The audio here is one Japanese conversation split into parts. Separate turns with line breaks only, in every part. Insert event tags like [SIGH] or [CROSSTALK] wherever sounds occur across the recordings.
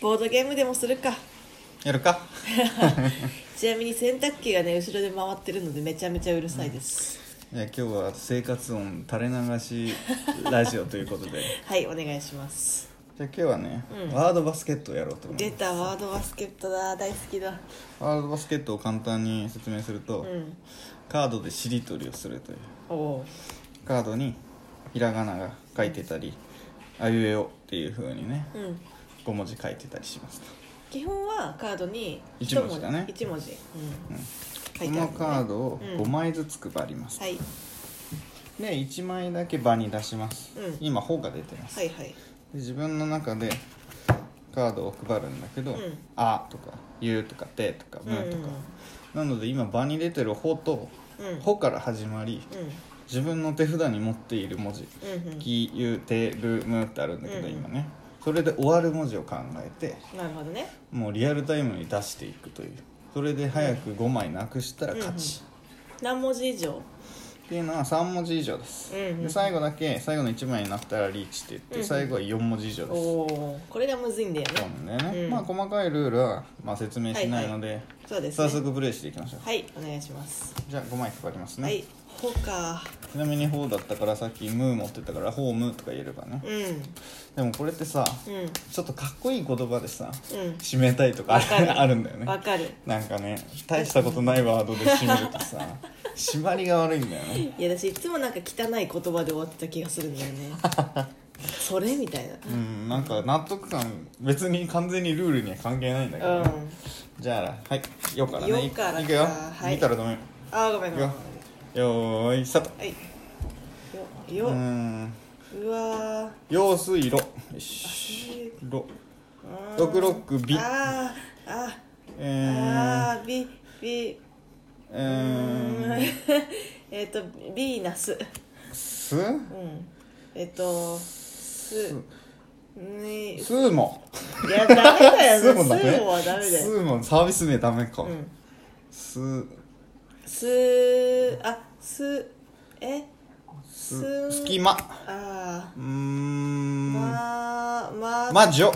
ボードゲームでもするか
やるか
ちなみに洗濯機がね後ろで回ってるのでめちゃめちゃうるさいです、
いや今日は生活音垂れ流しラジオということで
[LAUGHS] はいお願いします
じゃあ今日はね、ワードバスケットをやろうと思い
出
ま
たワードバスケットだ大好きだ
すワードバスケットを簡単に説明すると、
うん
カードでしりとりをするという
おお
カードにひらがなが書いてたりあいうえおっていう風にね
う、うん
5文字書いてたりしますと
基本はカードに
一文字だね
一文字、うん
うん
書い
こ
てあ
の
る
カードを5枚ずつ配ります、
はい
で1枚だけ場に出します、
うん
今方が出てます、
はいはい
で自分の中でカードを配るんだけど
う
「
ん
あ」とか「ゆ」とか「て」とか「む」とか、なので今場に出てる「ほ」と
うんうん
「ほ」から始まり
う
自分の手札に持っている文字
んうんう
「
ん
き」「ゆ」「て」「る」「む」ってあるんだけど、
うん
今ねそれで終わる文字を考えて
なるほどね
もうリアルタイムに出していくというそれで早く5枚なくしたら勝ち、
何文字以上
っていうのは3文字以上です、
うんうん
で最後だけ最後の1枚になったらリーチって言って、
うんうん
最後は4文字以上
お
です、
おこれがむずいんだよ
そう
ね
なんだよね、
うん
まあ細かいルールは、まあ、説明しないので、
そうですね
早速プレイしていきましょう、
はいお願いします
じゃあ5枚配りますね、
はいほか
ちなみに「ほう」だったからさっき「ムー」持ってったから「ホーム」とか言えればね
うん
でもこれってさ
うん
ちょっとかっこいい言葉でさ
うん
締めたいとかあ
わか
る
る
[LAUGHS] あるんだよね
わかる
なんかね大したことないワードで締めるとさ締まりが悪いんだよね
いや私いつもなんか汚い言葉で終わってた気がするんだよね
[LAUGHS]
それみたい
うんなんか納得感別に完全にルールには関係ないんだけ
なう
ど、
ん
じゃあはい「よ」からね
よからか
いくよ、
はい
見たらダメ
あーごめんごめん
よよーいスタート
はいよよ
うーん
うわ
用水路よしろ
ー
六六
うん
び
あーあ
えー
あーびび
えーん
[LAUGHS] えっとビーナス
す
うんえっとすに
すーも
いやダメだ
[LAUGHS]
よ
スー
ス
もダメ
ーモはダメだ
す
よ
ーもサービス名ダメか
うん
す
すあすえ
す
す
隙間
あ
うー
ー
ん
まま
魔女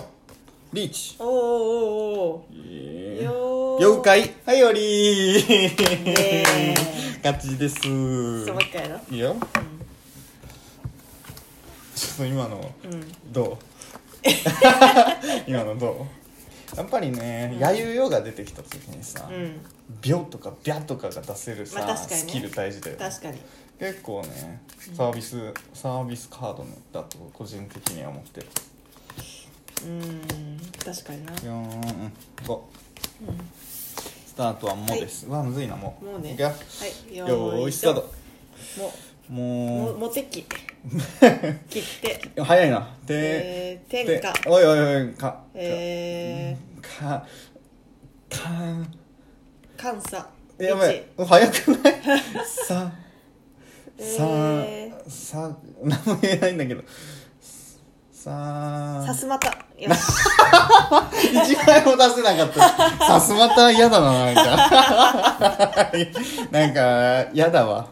リーチ
おーおーおー
えー
よー
妖怪はいより
イエーイ
ー勝ちです
そうもう一回やろう
いいよちょっと今の
うん
どう [LAUGHS] 今のどうやっぱりね、やゆよが出てきた時にさ、
うん
ビョとかビャとかが出せるさ、
まあ確かに
ス
ね
キル大事だよね
確かに
結構ねサービス、サービスカードだと個人的には思ってる
うん確かにな
45、スタートは「も」です、うわむずいなもう
もうね
いくよ
はい
よ
よ
ー
ー
い
い
スタート
も
も
も
う
モテキ切って
早いなで、
えー
で
天下
おいおいおいか
え
かかん
ー監査
やば
一
い早く
[LAUGHS]
ないささ
え
さ何も言えないんだけどさ
さすまたよし
一枚も出せなかったさすまた嫌だななんか [LAUGHS] なんか嫌だわ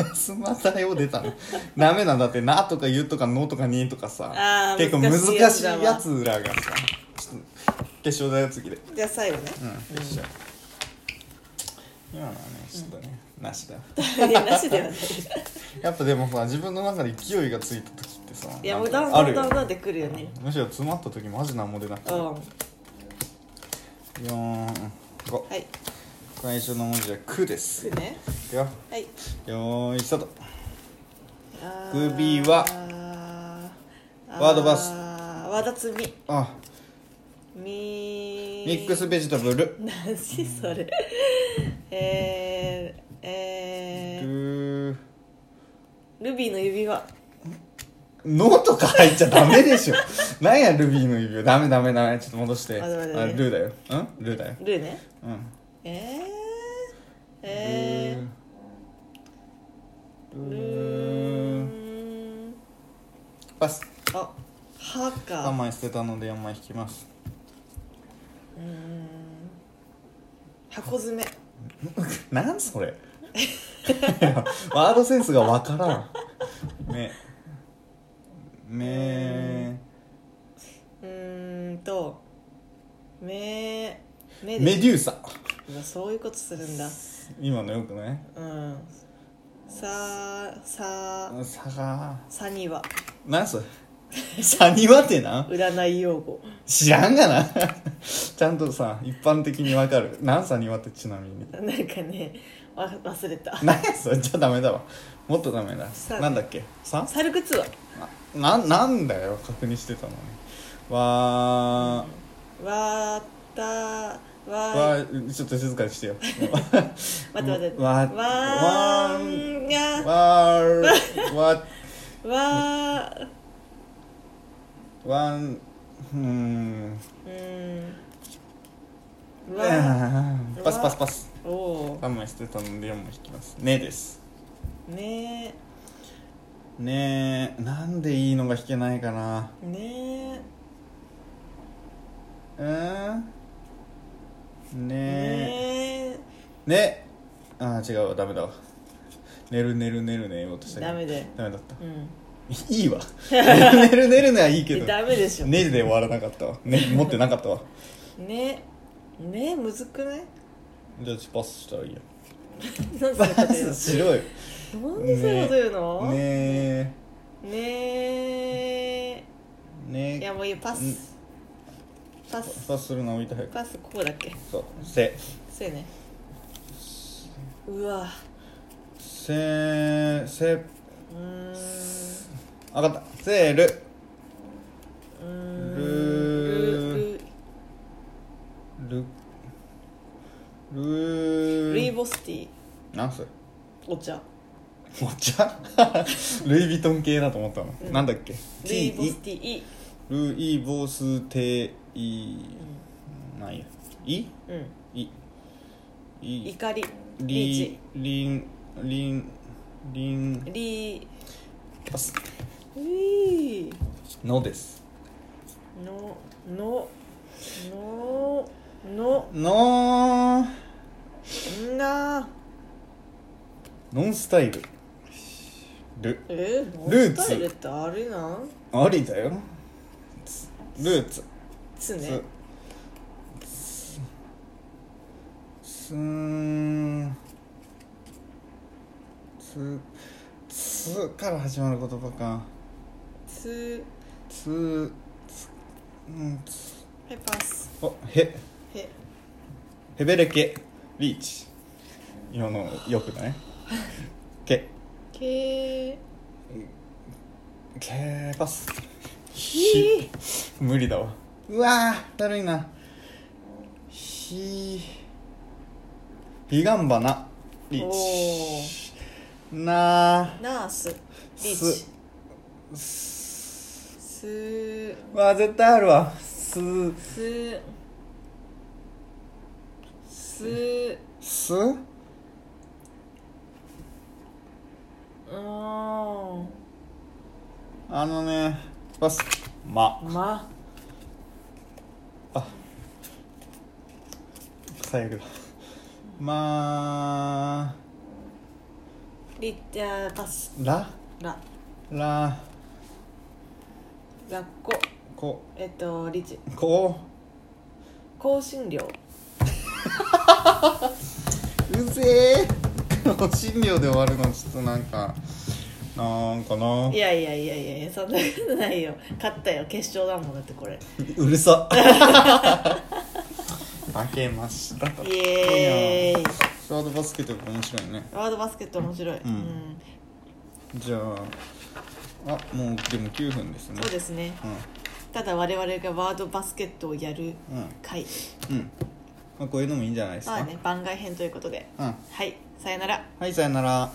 さすまたよう出たのダメなんだって「な」とか「ゆ」とか「の」とか「に」とかさ
あー
結構難
難
し
し
い
い
や
や
つ
つ
ら
だ
が
わ
さちょっと決勝だよ次で
じゃあ最後ね
うんよっしゃ今のはねちょっとね、なしだよ
いやなしではない
やっぱでもさ自分の中で勢いがついた時ってさ
いや
な
も
ん
う
か
だんだ
ある
んだん
よ
だんってくるよね
むしろ詰まった時マジなんも出なくて
うんは
45
い
最初の文字は「く」です
くね
いくよ
はい
よーいスタート
あー
首は
あ
ワードバス
ワード積み
あ
み
ミックスベジタブル
何それえー、え
ル
ー、ルビーの指輪
のとか入っちゃダメでしょ [LAUGHS] なんやルビーの指輪ダメダメダメちょっと戻してあ
まだまだね
ルーだようんルーだよ
ルーね
うん
えー、えーう
ルール
ー
ー
ん
パス
あ歯
3
か
枚捨てたので4枚引きます
うーん箱詰め
なんそれ [LAUGHS] いやワードセンスがわからん目目
うーんと目目
メデューサ
うわそういうことするんだ
今のよくね
うんさあさあ
さが
さには
なんそれサニワってなん
占い用語
知らんがなちゃんとさ一般的にわかる何サニワってちなみに
なんかねわ忘れた
何やそれじゃダメだわもっとダメだ
さ
なんだっけさ
サルクツア
ななんだよ確認してたのにわ
わた
ー、
わ
わーちょっと静かにしてよ
待って待って
わ
わわんが
わーわ
わ
わんうーん
うんわ
うんパスパスパス
おお
3枚捨てたので4枚引きますねです
ね
ねえなんでいいのが引けないかな
えね
うーん
え
ね
ねえ
えねあー違うわダメだわ寝る寝る寝る寝ようとしたけど
ダメで
ダメだった
うん
いいわ [LAUGHS] 寝る寝る寝る寝はいいけ
え
ど
ダメでしょ
ねで終わらなかったわ、ね、持ってなかったわ
ねねむずくない
じゃあパスしたらいいや
なんでそ
パ
ういうこと言う
スしろよ
のなん
[LAUGHS]
でそういうこと言うのね
ね
え
えね
いやもういいよパスパ
パス
ス
パスするな置いて早く
パスこうだっけ
そうせ
そうやねうわ
せせ
うーんう
あかったせーる
ーん
ルー
ル
るる
ルルイボスティー
なんす
お茶
お茶 [LAUGHS] ルイ・ヴィトン系だと思ったの、
うん
なんだっけ
ルイボスティーイ
ティーイルイ・ボステイなんやイ
うん
イイ
怒りリー
リ
チ
リンリンリン
リー
パス
うい
のです
のののの
のー
んな
ノンスタイルル
えー
ルーツ
ノンスタイルってあれなん
ありだよつルーツ
つ
つ
ね
つつーつつから始まる言葉か
つ
つつうんつ
はいパス
おへ
へ
ヘベレケリーチ今のよく
[LAUGHS]
ないけ
け
けパス
ひ
無理だわうわーだるいなひひがんばなリーチな
ナースリーチ
すす
す
わあ絶対あるわす
すす
す
うん
あのねパスま
ま
最悪だま
リッあーパス
ら
ラ
ら
ラッコ
こ
えっとリチ
こ
香辛料
うぜえ [LAUGHS] 香辛料で終わるのちょっとなんかなんかない
やいやいやいやいやそんなことないよ勝ったよ決勝だもんだってこれ
う
[LAUGHS]
るさ負けましたと
イエーイ
ショートバスケットが面白いね
ワードバスケット面白い、うん
んじゃああもうでも9分ですね
そうですねただ我々がワードバスケットをやる
うんうん
回
うん、まあ、こういうのもいいんじゃないです
ま
か
あね番外編ということで
うん
はいさよなら
はいさよなら